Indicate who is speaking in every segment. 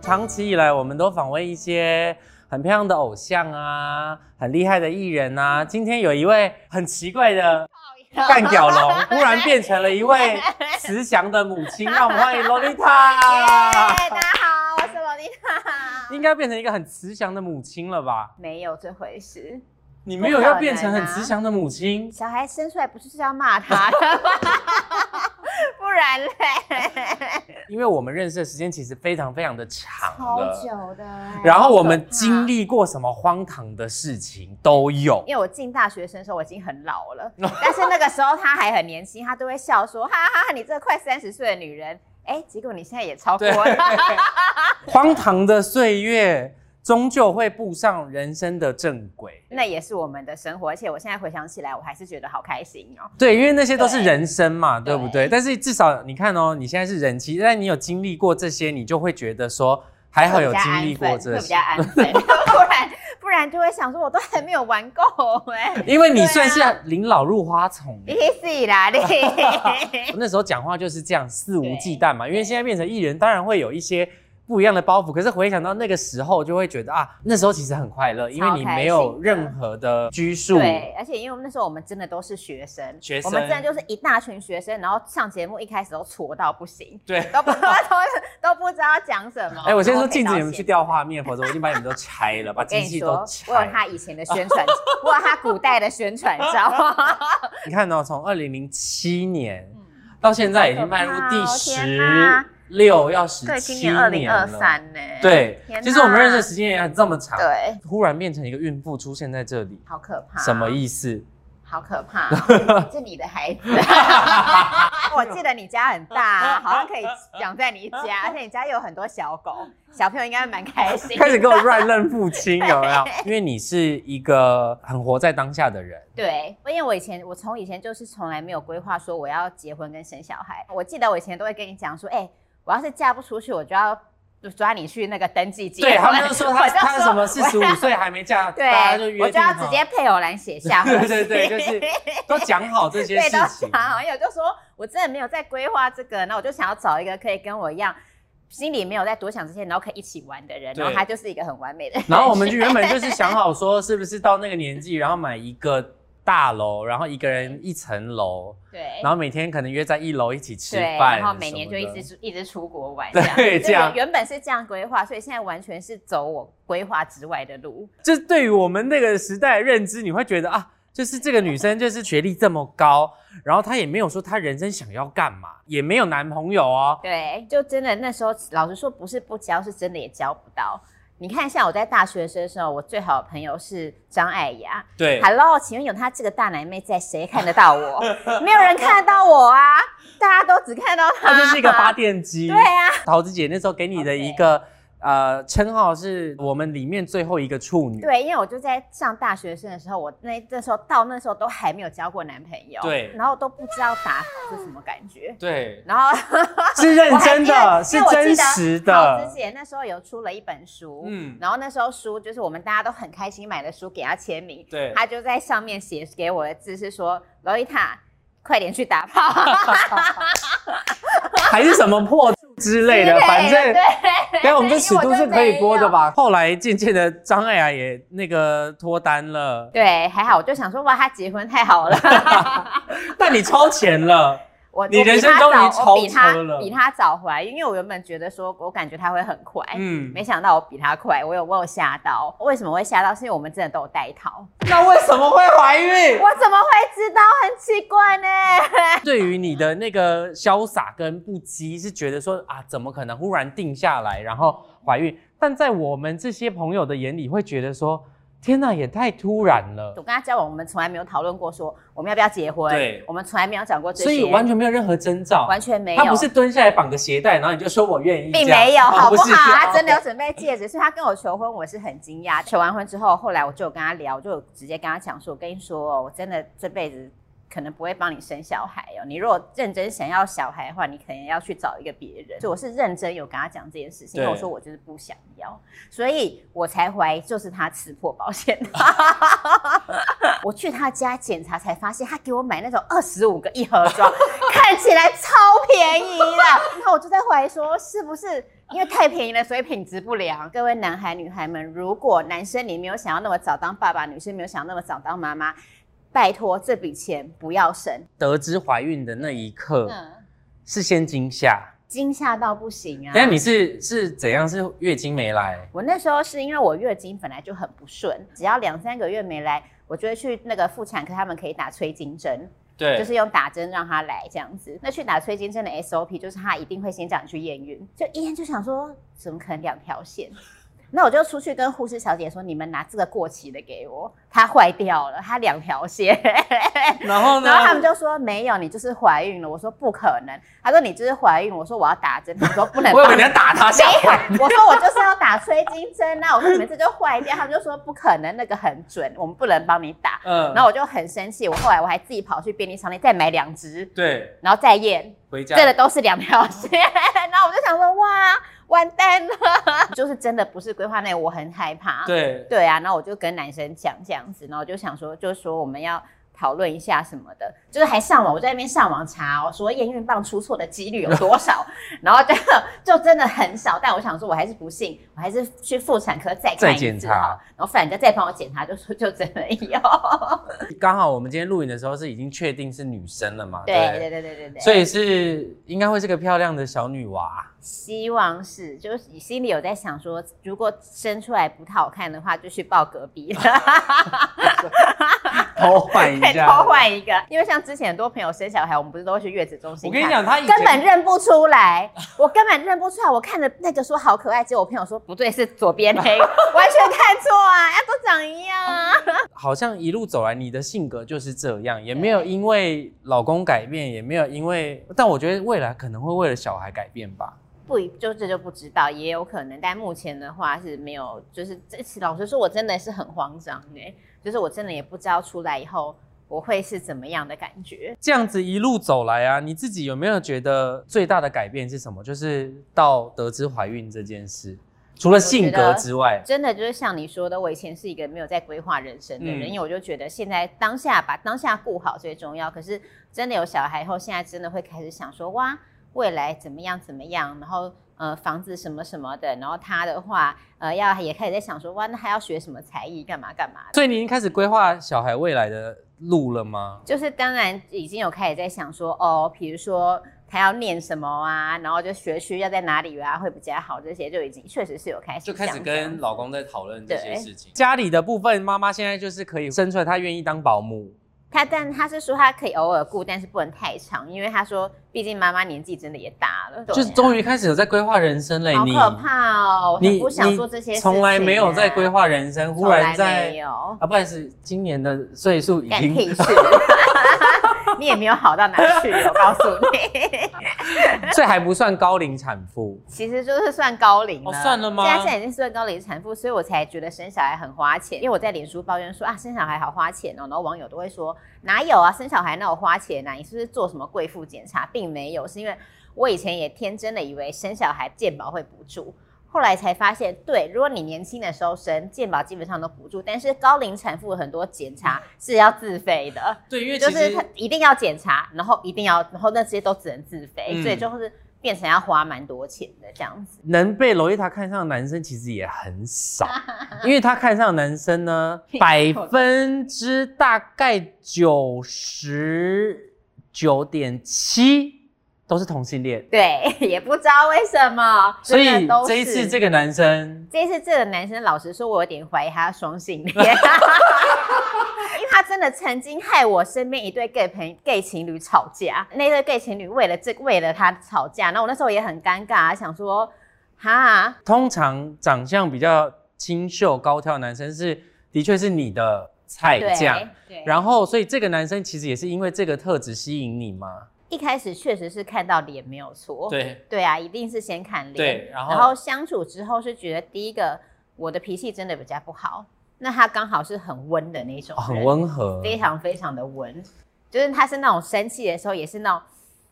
Speaker 1: 长期以来，我们都访问一些很漂亮的偶像啊，很厉害的艺人啊。今天有一位很奇怪的干屌龙，忽然变成了一位慈祥的母亲，让我们欢迎洛丽塔。
Speaker 2: 耶大家好，我是罗丽塔。
Speaker 1: 应该变成一个很慈祥的母亲了吧？
Speaker 2: 没有这回事，
Speaker 1: 你没有要变成很慈祥的母亲，
Speaker 2: 小孩生出来不是就是要骂他的 吗？不然嘞，
Speaker 1: 因为我们认识的时间其实非常非常的长
Speaker 2: 好
Speaker 1: 了。
Speaker 2: 久的欸。
Speaker 1: 然后我
Speaker 2: 好
Speaker 1: 们
Speaker 2: 可怕
Speaker 1: 经，历过什么荒唐的事情都有，
Speaker 2: 因为我进大学生的时候我已经很老 了，但是那个时候他还很年轻，他都会笑说：“哈哈哈，你这个快三十岁的女人。”哎，结果你现在也超过
Speaker 1: 对
Speaker 2: 了，
Speaker 1: 荒唐的岁月终究会步上人生的正轨。
Speaker 2: 那也是我们的生活。而且我现在回想起来，我还是觉得好开心哦。
Speaker 1: 对，因为那些都是人生嘛，对
Speaker 2: 对
Speaker 1: 不对？但是至少你看哦，你现在是人妻，但你有经历过这些，你就会觉得说还好有
Speaker 2: 会比较
Speaker 1: 经历过
Speaker 2: 安分
Speaker 1: 这
Speaker 2: 会比
Speaker 1: 些
Speaker 2: 较，安分，不然不然就会想说，我都还没有玩够哎、
Speaker 1: 因为你
Speaker 2: 对
Speaker 1: 算
Speaker 2: 啊
Speaker 1: 是临老入花丛。
Speaker 2: easy 啦你。
Speaker 1: 我那时候讲话就是这样肆无
Speaker 2: 对
Speaker 1: 忌惮嘛，因为现在变成艺人，当然会有一些不一样的包袱。可是回想到那个时候，就会觉得啊，那时候其实很快乐，因为你没有任何的拘束。
Speaker 2: 对，而且因为那时候我们真的都是学生，
Speaker 1: 学
Speaker 2: 我们
Speaker 1: 生
Speaker 2: 真的就是一大群学生，然后上节目一开始都挫到不行，
Speaker 1: 对
Speaker 2: 都不都 都不知道要讲什么。
Speaker 1: 哎、我先说
Speaker 2: 然后
Speaker 1: 禁止
Speaker 2: 可以
Speaker 1: 你们去
Speaker 2: 道歉。
Speaker 1: 调画面，否则我已经把你们都拆了，把
Speaker 2: 我跟
Speaker 1: 机器
Speaker 2: 你
Speaker 1: 都
Speaker 2: 说，
Speaker 1: 拆
Speaker 2: 我有他以前的宣传，我有他古代的宣传照。
Speaker 1: 你看哦，从二零零七年、到现在已经迈入第
Speaker 2: 嗯好可怕哦天
Speaker 1: 十
Speaker 2: 哪
Speaker 1: 六要十
Speaker 2: 对，今
Speaker 1: 七
Speaker 2: 年二零
Speaker 1: 年
Speaker 2: 二
Speaker 1: 了。
Speaker 2: 三呢？
Speaker 1: 对
Speaker 2: 天，哪
Speaker 1: 其实我们认识的时间也这么长，
Speaker 2: 对，
Speaker 1: 突然变成一个孕妇出现在这里，
Speaker 2: 好可怕。
Speaker 1: 什么意思？
Speaker 2: 好可怕、 哦！是你的孩子。 我记得你家很大、啊，好像可以养在你家，而且你家有很多小狗，小朋友应该蛮开心。
Speaker 1: 开始给我乱认父亲，有没有？因为你是一个很活在当下的人，
Speaker 2: 对，因为我以前我从以前就是从来没有规划说我要结婚跟生小孩。我记得我以前都会跟你讲说，哎、我要是嫁不出去，我就要抓你去那个登记结婚。
Speaker 1: 对他们就说他
Speaker 2: 我就
Speaker 1: 他什么四十
Speaker 2: 我
Speaker 1: 五
Speaker 2: 要
Speaker 1: 岁还没嫁，
Speaker 2: 对
Speaker 1: 大家就，约
Speaker 2: 我就
Speaker 1: 定
Speaker 2: 要
Speaker 1: 好
Speaker 2: 直接配偶栏写下
Speaker 1: 对 对对就是都讲好这些
Speaker 2: 对，
Speaker 1: 事
Speaker 2: 都
Speaker 1: 情
Speaker 2: 想。好，因为我就说我真的没有在规划这个，那我就想要找一个可以跟我一样。心里没有在多想这些，然后可以一起玩的人，
Speaker 1: 对
Speaker 2: 然后他就是一个很完美的人。
Speaker 1: 然后我们就原本就是想好说，是不是到那个年纪，然后买一个大楼，然后一个人一层楼，
Speaker 2: 对，
Speaker 1: 然后每天可能约在一楼一起吃
Speaker 2: 对，
Speaker 1: 饭，
Speaker 2: 然后每年就一直
Speaker 1: 什么
Speaker 2: 出一直出国玩，
Speaker 1: 对
Speaker 2: 样
Speaker 1: 这样
Speaker 2: 就原本是这样规划，所以现在完全是走我规划之外的路。
Speaker 1: 的，就是对于我们那个时代的认知，你会觉得啊。就是这个女生，就是学历这么高，然后她也没有说她人生想要干嘛，也没有男朋友哦，
Speaker 2: 对，就真的那时候，老实说，不是不交，是真的也交不到。你看，像我在大学生的时候，我最好的朋友是张艾雅。
Speaker 1: 对
Speaker 2: Hello，请问有她这个大奶妹在，谁看得到我？ 没有人看得到我啊，大家都只看到她。
Speaker 1: 它就是一个发。电机。
Speaker 2: 对啊，
Speaker 1: 桃子姐那时候给你的一个呃称号是我们里面最后一个处女。
Speaker 2: 对，因为我就在上大学生的时候，我那那时候到那时候都还没有交过男朋友，
Speaker 1: 对
Speaker 2: 然后都不知道打是什么感觉，
Speaker 1: 对，
Speaker 2: 然后
Speaker 1: 是认真
Speaker 2: 我还
Speaker 1: 的，
Speaker 2: 因
Speaker 1: 是
Speaker 2: 为因为我
Speaker 1: 真
Speaker 2: 记得
Speaker 1: 实
Speaker 2: 桃子
Speaker 1: 的。
Speaker 2: 姐那时候有出了一本书，
Speaker 1: 嗯
Speaker 2: 嗯，然后那时候书就是我们大家都很开心买的书，给她签名，
Speaker 1: 对
Speaker 2: 她就在上面写给我的字是说：“罗伊塔，快点去打炮
Speaker 1: 还是什么破之类的，反正。
Speaker 2: 对，
Speaker 1: 对，我们这尺度是可以播的
Speaker 2: 吧？
Speaker 1: 吧？后来渐渐的，张艾雅也那个脱单了，
Speaker 2: 对，还好，我就想说，哇，他结婚 太好了。
Speaker 1: 但你超前了，
Speaker 2: 我
Speaker 1: 你
Speaker 2: 我比
Speaker 1: 人生
Speaker 2: 他
Speaker 1: 终于
Speaker 2: 早我
Speaker 1: 超
Speaker 2: 比他
Speaker 1: 车了
Speaker 2: 比他早怀孕，因为我原本觉得说，我感觉他会很快，
Speaker 1: 嗯。
Speaker 2: 哎没想到我比他快，我有我有吓到。为什么会吓到？是因为我们真的都有带套，
Speaker 1: 那为什么会怀 孕？
Speaker 2: 我怎么会知道？很奇怪呢。
Speaker 1: 对于你的那个潇洒跟不羁，是觉得说啊，怎么可能忽然定下来，然后怀孕？但在我们这些朋友的眼里，会觉得说，天哪，也太突然了
Speaker 2: 我，跟他交往，我们从来没有讨论过说我们要不要结婚，
Speaker 1: 对
Speaker 2: 我们从来没有讲过这些，
Speaker 1: 所以完全没有任何征兆。
Speaker 2: 完全没有。
Speaker 1: 他不是蹲下来绑个鞋带，然后你就说我愿意这样，
Speaker 2: 并没有，
Speaker 1: 哦
Speaker 2: 好不好？
Speaker 1: 是这样
Speaker 2: 他真的有准备戒指，所以他跟我求婚，我是很惊讶。求完婚之后，后来我就有跟他聊，我就有直接跟他讲说，我跟你说哦，我真的这辈子可能不会帮你生小孩哦。你如果认真想要小孩的话，你可能要去找一个别人。所以我是认真有跟他讲这件事情，
Speaker 1: 对
Speaker 2: 因为我说我就是不想要，所以我才怀疑就是他刺破保险套。我去他家检查才发现，他给我买那种二十五个一盒装， 看起来超便宜的。然后我就在怀疑说，是不是因为太便宜了，所以品质不良？各位男孩女孩们，如果男生你没有想要那么早当爸爸，女生没有想要那么早当妈妈，拜托这笔钱不要省。
Speaker 1: 得知怀孕的那一刻，
Speaker 2: 嗯，
Speaker 1: 是先惊吓。
Speaker 2: 惊吓到不行啊！
Speaker 1: 等一哎下你是是怎样？是月经没来？
Speaker 2: 我那时候是因为我月经本来就很不顺，只要两三个月没来，我就会去那个妇产科，他们可以打催经针，
Speaker 1: 对
Speaker 2: 就是用打针让它来这样子。那去打催经针的 SOP 就是他一定会先叫你去验孕，就一验就想说怎么可能两条线？ 那我就出去跟护士小姐说，你们拿这个过期的给我，它坏掉了，它两条线。
Speaker 1: 然后呢？
Speaker 2: 然后他们就说没有，你就是怀孕了。我说不可能，他说你就是怀孕，我说我要打针，他们说不能
Speaker 1: 我以为
Speaker 2: 帮
Speaker 1: 你要打他，吓坏。
Speaker 2: 没有，我说我就是要打催经针那我说你们这就坏掉，他们就说不可能，那个很准，我们不能帮你打。
Speaker 1: 嗯
Speaker 2: 然后我就很生气，我后来我还自己跑去便利商店再买两只，
Speaker 1: 对，
Speaker 2: 然后再 验，
Speaker 1: 回家
Speaker 2: 真的都是两条线。然后我就想说，哇，完蛋了， 就是真的不是规划内，我很害怕。
Speaker 1: 对
Speaker 2: 对啊，然后我就跟男生讲这样子，然后我就想说，就说我们要讨论一下什么的，就是还上网，我在那边上网查哦，说验孕棒出错的几率有多 少，然后就就真的很少，但我想说，我还是不信，我还是去妇产科再看
Speaker 1: 再
Speaker 2: 一次
Speaker 1: 检查
Speaker 2: 好了，然后反正再帮我检查，就说就真的 有，
Speaker 1: 刚好我们今天录影的时候是已经确定是女生了嘛？
Speaker 2: 对对对对对对，
Speaker 1: 所以是应该会是个漂亮的小女娃。
Speaker 2: 希望是，就是你心里有在想说，如果生出来不太好看的话，就去报隔壁 了。
Speaker 1: 偷换一
Speaker 2: 可以
Speaker 1: 下，
Speaker 2: 偷。换一个，因为像之前很多朋友生小孩，我们不是都会去月子中心
Speaker 1: 我
Speaker 2: 看
Speaker 1: 跟你，讲，她以前
Speaker 2: 根本认不出来，我根本认不出来。我看的那个说好可爱，结果我朋友说不对，是左边黑，完全看错啊，要都长一样啊。
Speaker 1: 好像一路走来，你的性格就是这样，也没有因为老公改变，也没有因为，但我觉得未来可能会为了小孩改变吧。
Speaker 2: 不一，就这就不知道，也有可能。但目前的话是没有，就是这次老实说，我真的是很慌张哎、就是我真的也不知道出来以后我会是怎么样的感觉。
Speaker 1: 这样子一路走来啊，你自己有没有觉得最大的改变是什么？就是到得知怀孕这件事，除了性格之外，
Speaker 2: 真的就是像你说的，我以前是一个没有在规划人生的人，
Speaker 1: 嗯
Speaker 2: 因为我就觉得现在当下把当下顾好最重要。可是真的有小孩后，现在真的会开始想说，哇，未来怎么样怎么样，然后呃房子什么什么的，然后他的话呃要也开始在想说，哇，那还要学什么才艺，干嘛干嘛的。
Speaker 1: 所以你已经开始规划小孩未来的路了吗？
Speaker 2: 就是当然已经有开始在想说，哦，比如说他要念什么啊，然后就学区要在哪里啊会比较好，这些就已经确实是有开始
Speaker 3: 就开始
Speaker 2: 想这样
Speaker 3: 跟老公在讨论这些
Speaker 2: 对
Speaker 3: 事情。
Speaker 1: 家里的部分，妈妈现在就是可以生出来，她愿意当保姆。
Speaker 2: 他，但他是说他可以偶尔顾，但是不能太长，因为他说毕竟妈妈年纪真的也大了，啊
Speaker 1: 就是终于开始有在规划人生嘞，
Speaker 2: 好
Speaker 1: 你
Speaker 2: 可怕哦！我很
Speaker 1: 你
Speaker 2: 不想做这些
Speaker 1: 你
Speaker 2: 事情啊
Speaker 1: 从来没有在规，划人生，忽然
Speaker 2: 从来没
Speaker 1: 在
Speaker 2: 有
Speaker 1: 啊，不好意思，今年的岁数已
Speaker 2: 干
Speaker 1: 经
Speaker 2: 屁事，你也没有好到哪去，我告诉你，
Speaker 1: 所以还不算高龄产妇。
Speaker 2: 其实就是算高龄了，
Speaker 1: 哦算了吗
Speaker 2: 现在现在已经算高龄产妇，所以我才觉得生小孩很花钱，因为我在脸书抱怨说啊，生小孩好花钱哦，然后网友都会说哪有啊，生小孩哪有花钱啊？你是不是做什么贵妇检查？并没有，是因为我以前也天真的以为生小孩健保会补助，后来才发现，对，如果你年轻的时候生，健保基本上都补助，但是高龄产妇很多检查是要自费的，
Speaker 1: 对，因为
Speaker 2: 就
Speaker 1: 其
Speaker 2: 是
Speaker 1: 实
Speaker 2: 他一定要检查，然后一定要，然后那些都只能自费，
Speaker 1: 嗯
Speaker 2: 所以就是变成要花蛮多钱的这样子。
Speaker 1: 能被罗伊塔看上的男生其实也很少，因为他看上的男生 呢，百分之大概九十九点七都是同性恋，
Speaker 2: 对， 也不知道为什么，
Speaker 1: 所以
Speaker 2: 真的都是
Speaker 1: 这一次这个男生
Speaker 2: 这一次这个男生，老实说，我有点怀疑他双性 恋，因为他真的曾经害我身边一对 gay 朋 gay 情侣吵架，那对 gay 情侣为了这为了他吵架，那我那时候也很尴尬，啊想说哈，
Speaker 1: 通常长相比较清秀高挑的男生是，的确是你的菜
Speaker 2: 对
Speaker 1: 这样。，
Speaker 2: 对
Speaker 1: 然后，所以这个男生其实也是因为这个特质吸引你嘛？
Speaker 2: 一开始确实是看到脸没有错，
Speaker 1: 对
Speaker 2: 对啊，一定是先看脸。
Speaker 1: 对，然后
Speaker 2: 然后相处之后是觉得第一个我的脾气真的比较不好，那他刚好是很温的那种、
Speaker 1: 哦很，温和，
Speaker 2: 非常非常的温，就是他是那种生气的时候也是那种，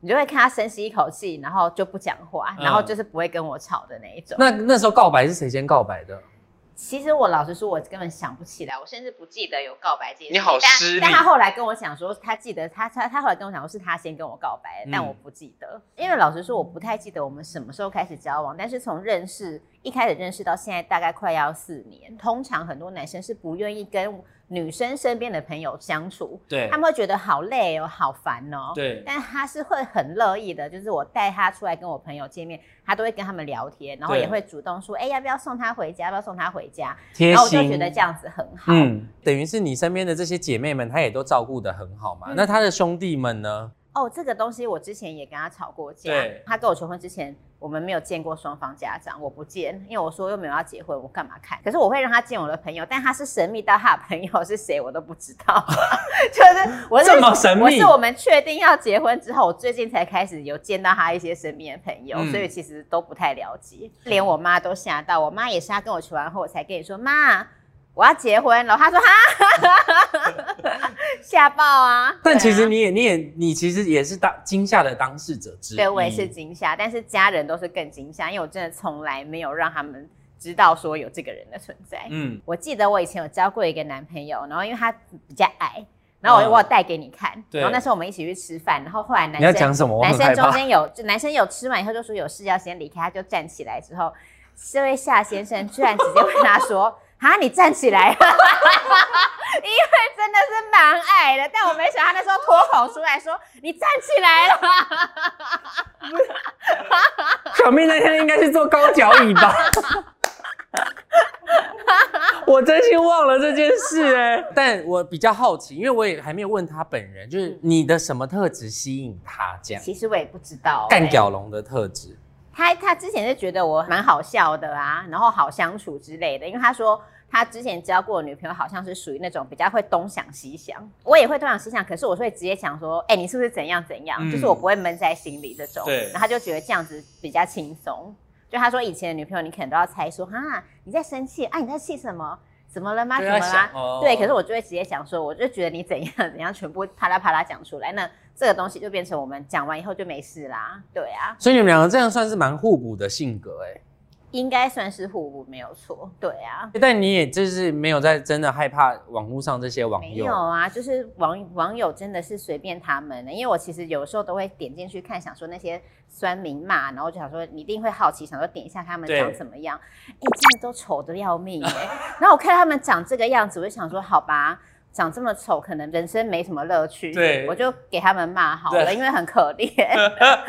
Speaker 2: 你就会看他深吸一口气，然后就不讲话，
Speaker 1: 嗯
Speaker 2: 然后就是不会跟我吵的那一种。
Speaker 1: 那那时候告白是谁先告白的？
Speaker 2: 其实我老实说，我根本想不起来，我甚至不记得有告白这件事。
Speaker 3: 你好
Speaker 2: 但
Speaker 3: 失
Speaker 2: 但
Speaker 3: 礼
Speaker 2: 他后来跟我讲说，他记得他他他后来跟我讲说是他先跟我告白的，但
Speaker 1: 嗯
Speaker 2: 我不记得，因为老实说我不太记得我们什么时候开始交往，但是从认识一开始认识到现在大概快要四
Speaker 3: 嗯
Speaker 2: 年，通常很多男生是不愿意跟女生身边的朋友相处，
Speaker 1: 对
Speaker 2: 他们会觉得好累哦，好烦哦。
Speaker 1: 对
Speaker 2: 但他是会很乐意的，就是我带他出来跟我朋友见面，他都会跟他们聊天，然后
Speaker 1: 对
Speaker 2: 也会主动说，哎、要不要送他回家？要不要送他回家？
Speaker 1: 贴
Speaker 2: 然后我就
Speaker 1: 心
Speaker 2: 觉得这样子很好。
Speaker 1: 嗯，等于是你身边的这些姐妹们，她也都照顾得很好嘛。
Speaker 2: 嗯
Speaker 1: 那她的兄弟们呢？
Speaker 2: 哦，这个东西我之前也跟他吵过架
Speaker 1: 对。
Speaker 2: 他跟我求婚之前，我们没有见过双方家长，我不见，因为我说又没有要结婚，我干嘛看？可是我会让他见我的朋友，但他是神秘到他的朋友是谁我都不知道， 就是我是
Speaker 1: 这么神秘
Speaker 2: 我是我们确定要结婚之后，我最近才开始有见到他一些身边的朋友，
Speaker 1: 嗯
Speaker 2: 所以其实都不太了解，连我妈都吓到，我妈也是她跟我求完后，我才跟你说妈。我要结婚了，她说哈， 吓爆啊！
Speaker 1: 但其
Speaker 2: 对
Speaker 1: 实
Speaker 2: 啊
Speaker 1: 你也，你也，你其实也是当惊吓的当事者之一。
Speaker 2: 对我也是惊吓，但是家人都是更惊吓，因为我真的从来没有让他们知道说有这个人的存在。
Speaker 1: 嗯，
Speaker 2: 我记得我以前有交过一个男朋友，然后因为他比较矮，然后我
Speaker 1: 嗯
Speaker 2: 我有带给你看，
Speaker 1: 对
Speaker 2: 然后那时候我们一起去吃饭，然后后来男
Speaker 1: 你要
Speaker 2: 生
Speaker 1: 讲什么？我
Speaker 2: 男
Speaker 1: 很
Speaker 2: 生
Speaker 1: 害
Speaker 2: 中
Speaker 1: 怕。
Speaker 2: 间有，就男生有吃完以后就说有事要先离开，他就站起来之后，这位夏先生居然直接问他说：“啊，你站起来了？” 因为真的是蛮矮的，但我没想到他那时候脱口出来说：“你站起来了。
Speaker 1: 小妹那天应该是坐高脚椅 吧？我真心忘了这件事哎、但我比较好奇，因为我也还没有问他本人，
Speaker 2: 嗯
Speaker 1: 就是你的什么特质吸引他这”样？
Speaker 2: 其实我欸也不知道、
Speaker 1: 干屌龙的特质，
Speaker 2: 他他之前是觉得我蛮好笑的啊，然后好相处之类的，因为他说他之前交过的女朋友好像是属于那种比较会东想西想，我也会东想西想，可是我会直接想说，哎、你是不是怎样怎样，
Speaker 1: 嗯
Speaker 2: 就是我不会闷在心里这种，
Speaker 1: 对
Speaker 2: 然后他就觉得这样子比较轻松。就他说以前的女朋友，你可能都要猜说，哈，你在生气啊，你在气什么？怎么了吗？
Speaker 1: 就
Speaker 2: 怎
Speaker 1: 要
Speaker 2: 么啦
Speaker 1: 想？哦
Speaker 2: 对，可是我就会直接想说，我就觉得你怎样怎样，全部啪啦啪啦讲出来，那这个东西就变成我们讲完以后就没事啦。对啊，
Speaker 1: 所以你们两个这样算是蛮互补的性格哎、
Speaker 2: 应该算是互补，没有错。对啊，
Speaker 1: 但你也就是没有在真的害怕网络上这些网
Speaker 2: 没
Speaker 1: 友
Speaker 2: 有啊，就是网网友真的是随便他们的，欸因为我其实有时候都会点进去看，想说那些酸民骂，然后就想说你一定会好奇，想说点一下他们
Speaker 1: 对
Speaker 2: 长怎么样。哎、真的都丑的要命哎、 然后我看他们长这个样子，我就想说好吧。长这么丑，可能人生没什么乐趣。
Speaker 1: 对
Speaker 2: 我就给他们骂好了，
Speaker 1: 对
Speaker 2: 因为很可怜。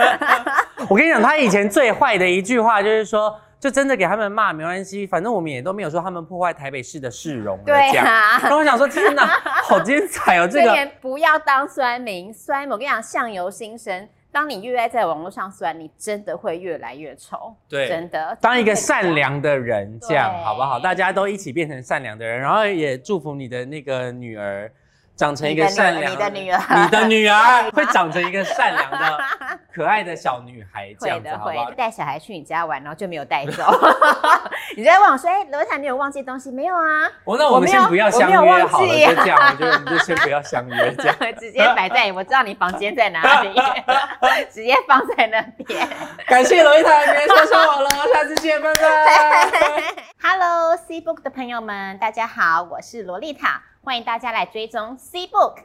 Speaker 1: 我跟你讲，他以前最坏的一句话就是说，就真的给他们骂没关系，反正我们也都没有说他们破坏台北市的市容了
Speaker 2: 对
Speaker 1: 这样。
Speaker 2: 啊，
Speaker 1: 然后我想说，天哪，好精彩哦！
Speaker 2: 所
Speaker 1: 这
Speaker 2: 以
Speaker 1: 个
Speaker 2: 也不要当酸民，酸民我跟你讲，相由心生。当你越爱在网络上酸，你真的会越来越丑。
Speaker 1: 对
Speaker 2: 真的。
Speaker 1: 当一个善良的人，这样
Speaker 2: 对
Speaker 1: 好不好？大家都一起变成善良的人，然后也祝福你的那个女儿长成一个善良
Speaker 2: 你的女儿
Speaker 1: 你的女 儿会长成一个善良的、可爱的小女孩， 这
Speaker 2: 会
Speaker 1: 样子
Speaker 2: 的，
Speaker 1: 好
Speaker 2: 会
Speaker 1: 不好
Speaker 2: 的。？带小孩去你家玩，然后就没有带走。你就在问我说：“哎、罗彩，你有忘记东西没 有啊
Speaker 1: 我那我们
Speaker 2: 没
Speaker 1: 先
Speaker 2: 有
Speaker 1: 不要
Speaker 2: 我没
Speaker 1: 相
Speaker 2: 有
Speaker 1: 约
Speaker 2: 忘
Speaker 1: 好了，
Speaker 2: 记
Speaker 1: 就这样，我觉得我们就先不要相约这样。？”
Speaker 2: 直接摆在，我知道你房间在 哪里，直接放在那边。
Speaker 1: 感谢罗一台，明天说说好了，下次见，拜 拜。
Speaker 2: Hello C Book 的朋友们，大家好，我是萝莉塔，欢迎大家来追踪 C Book。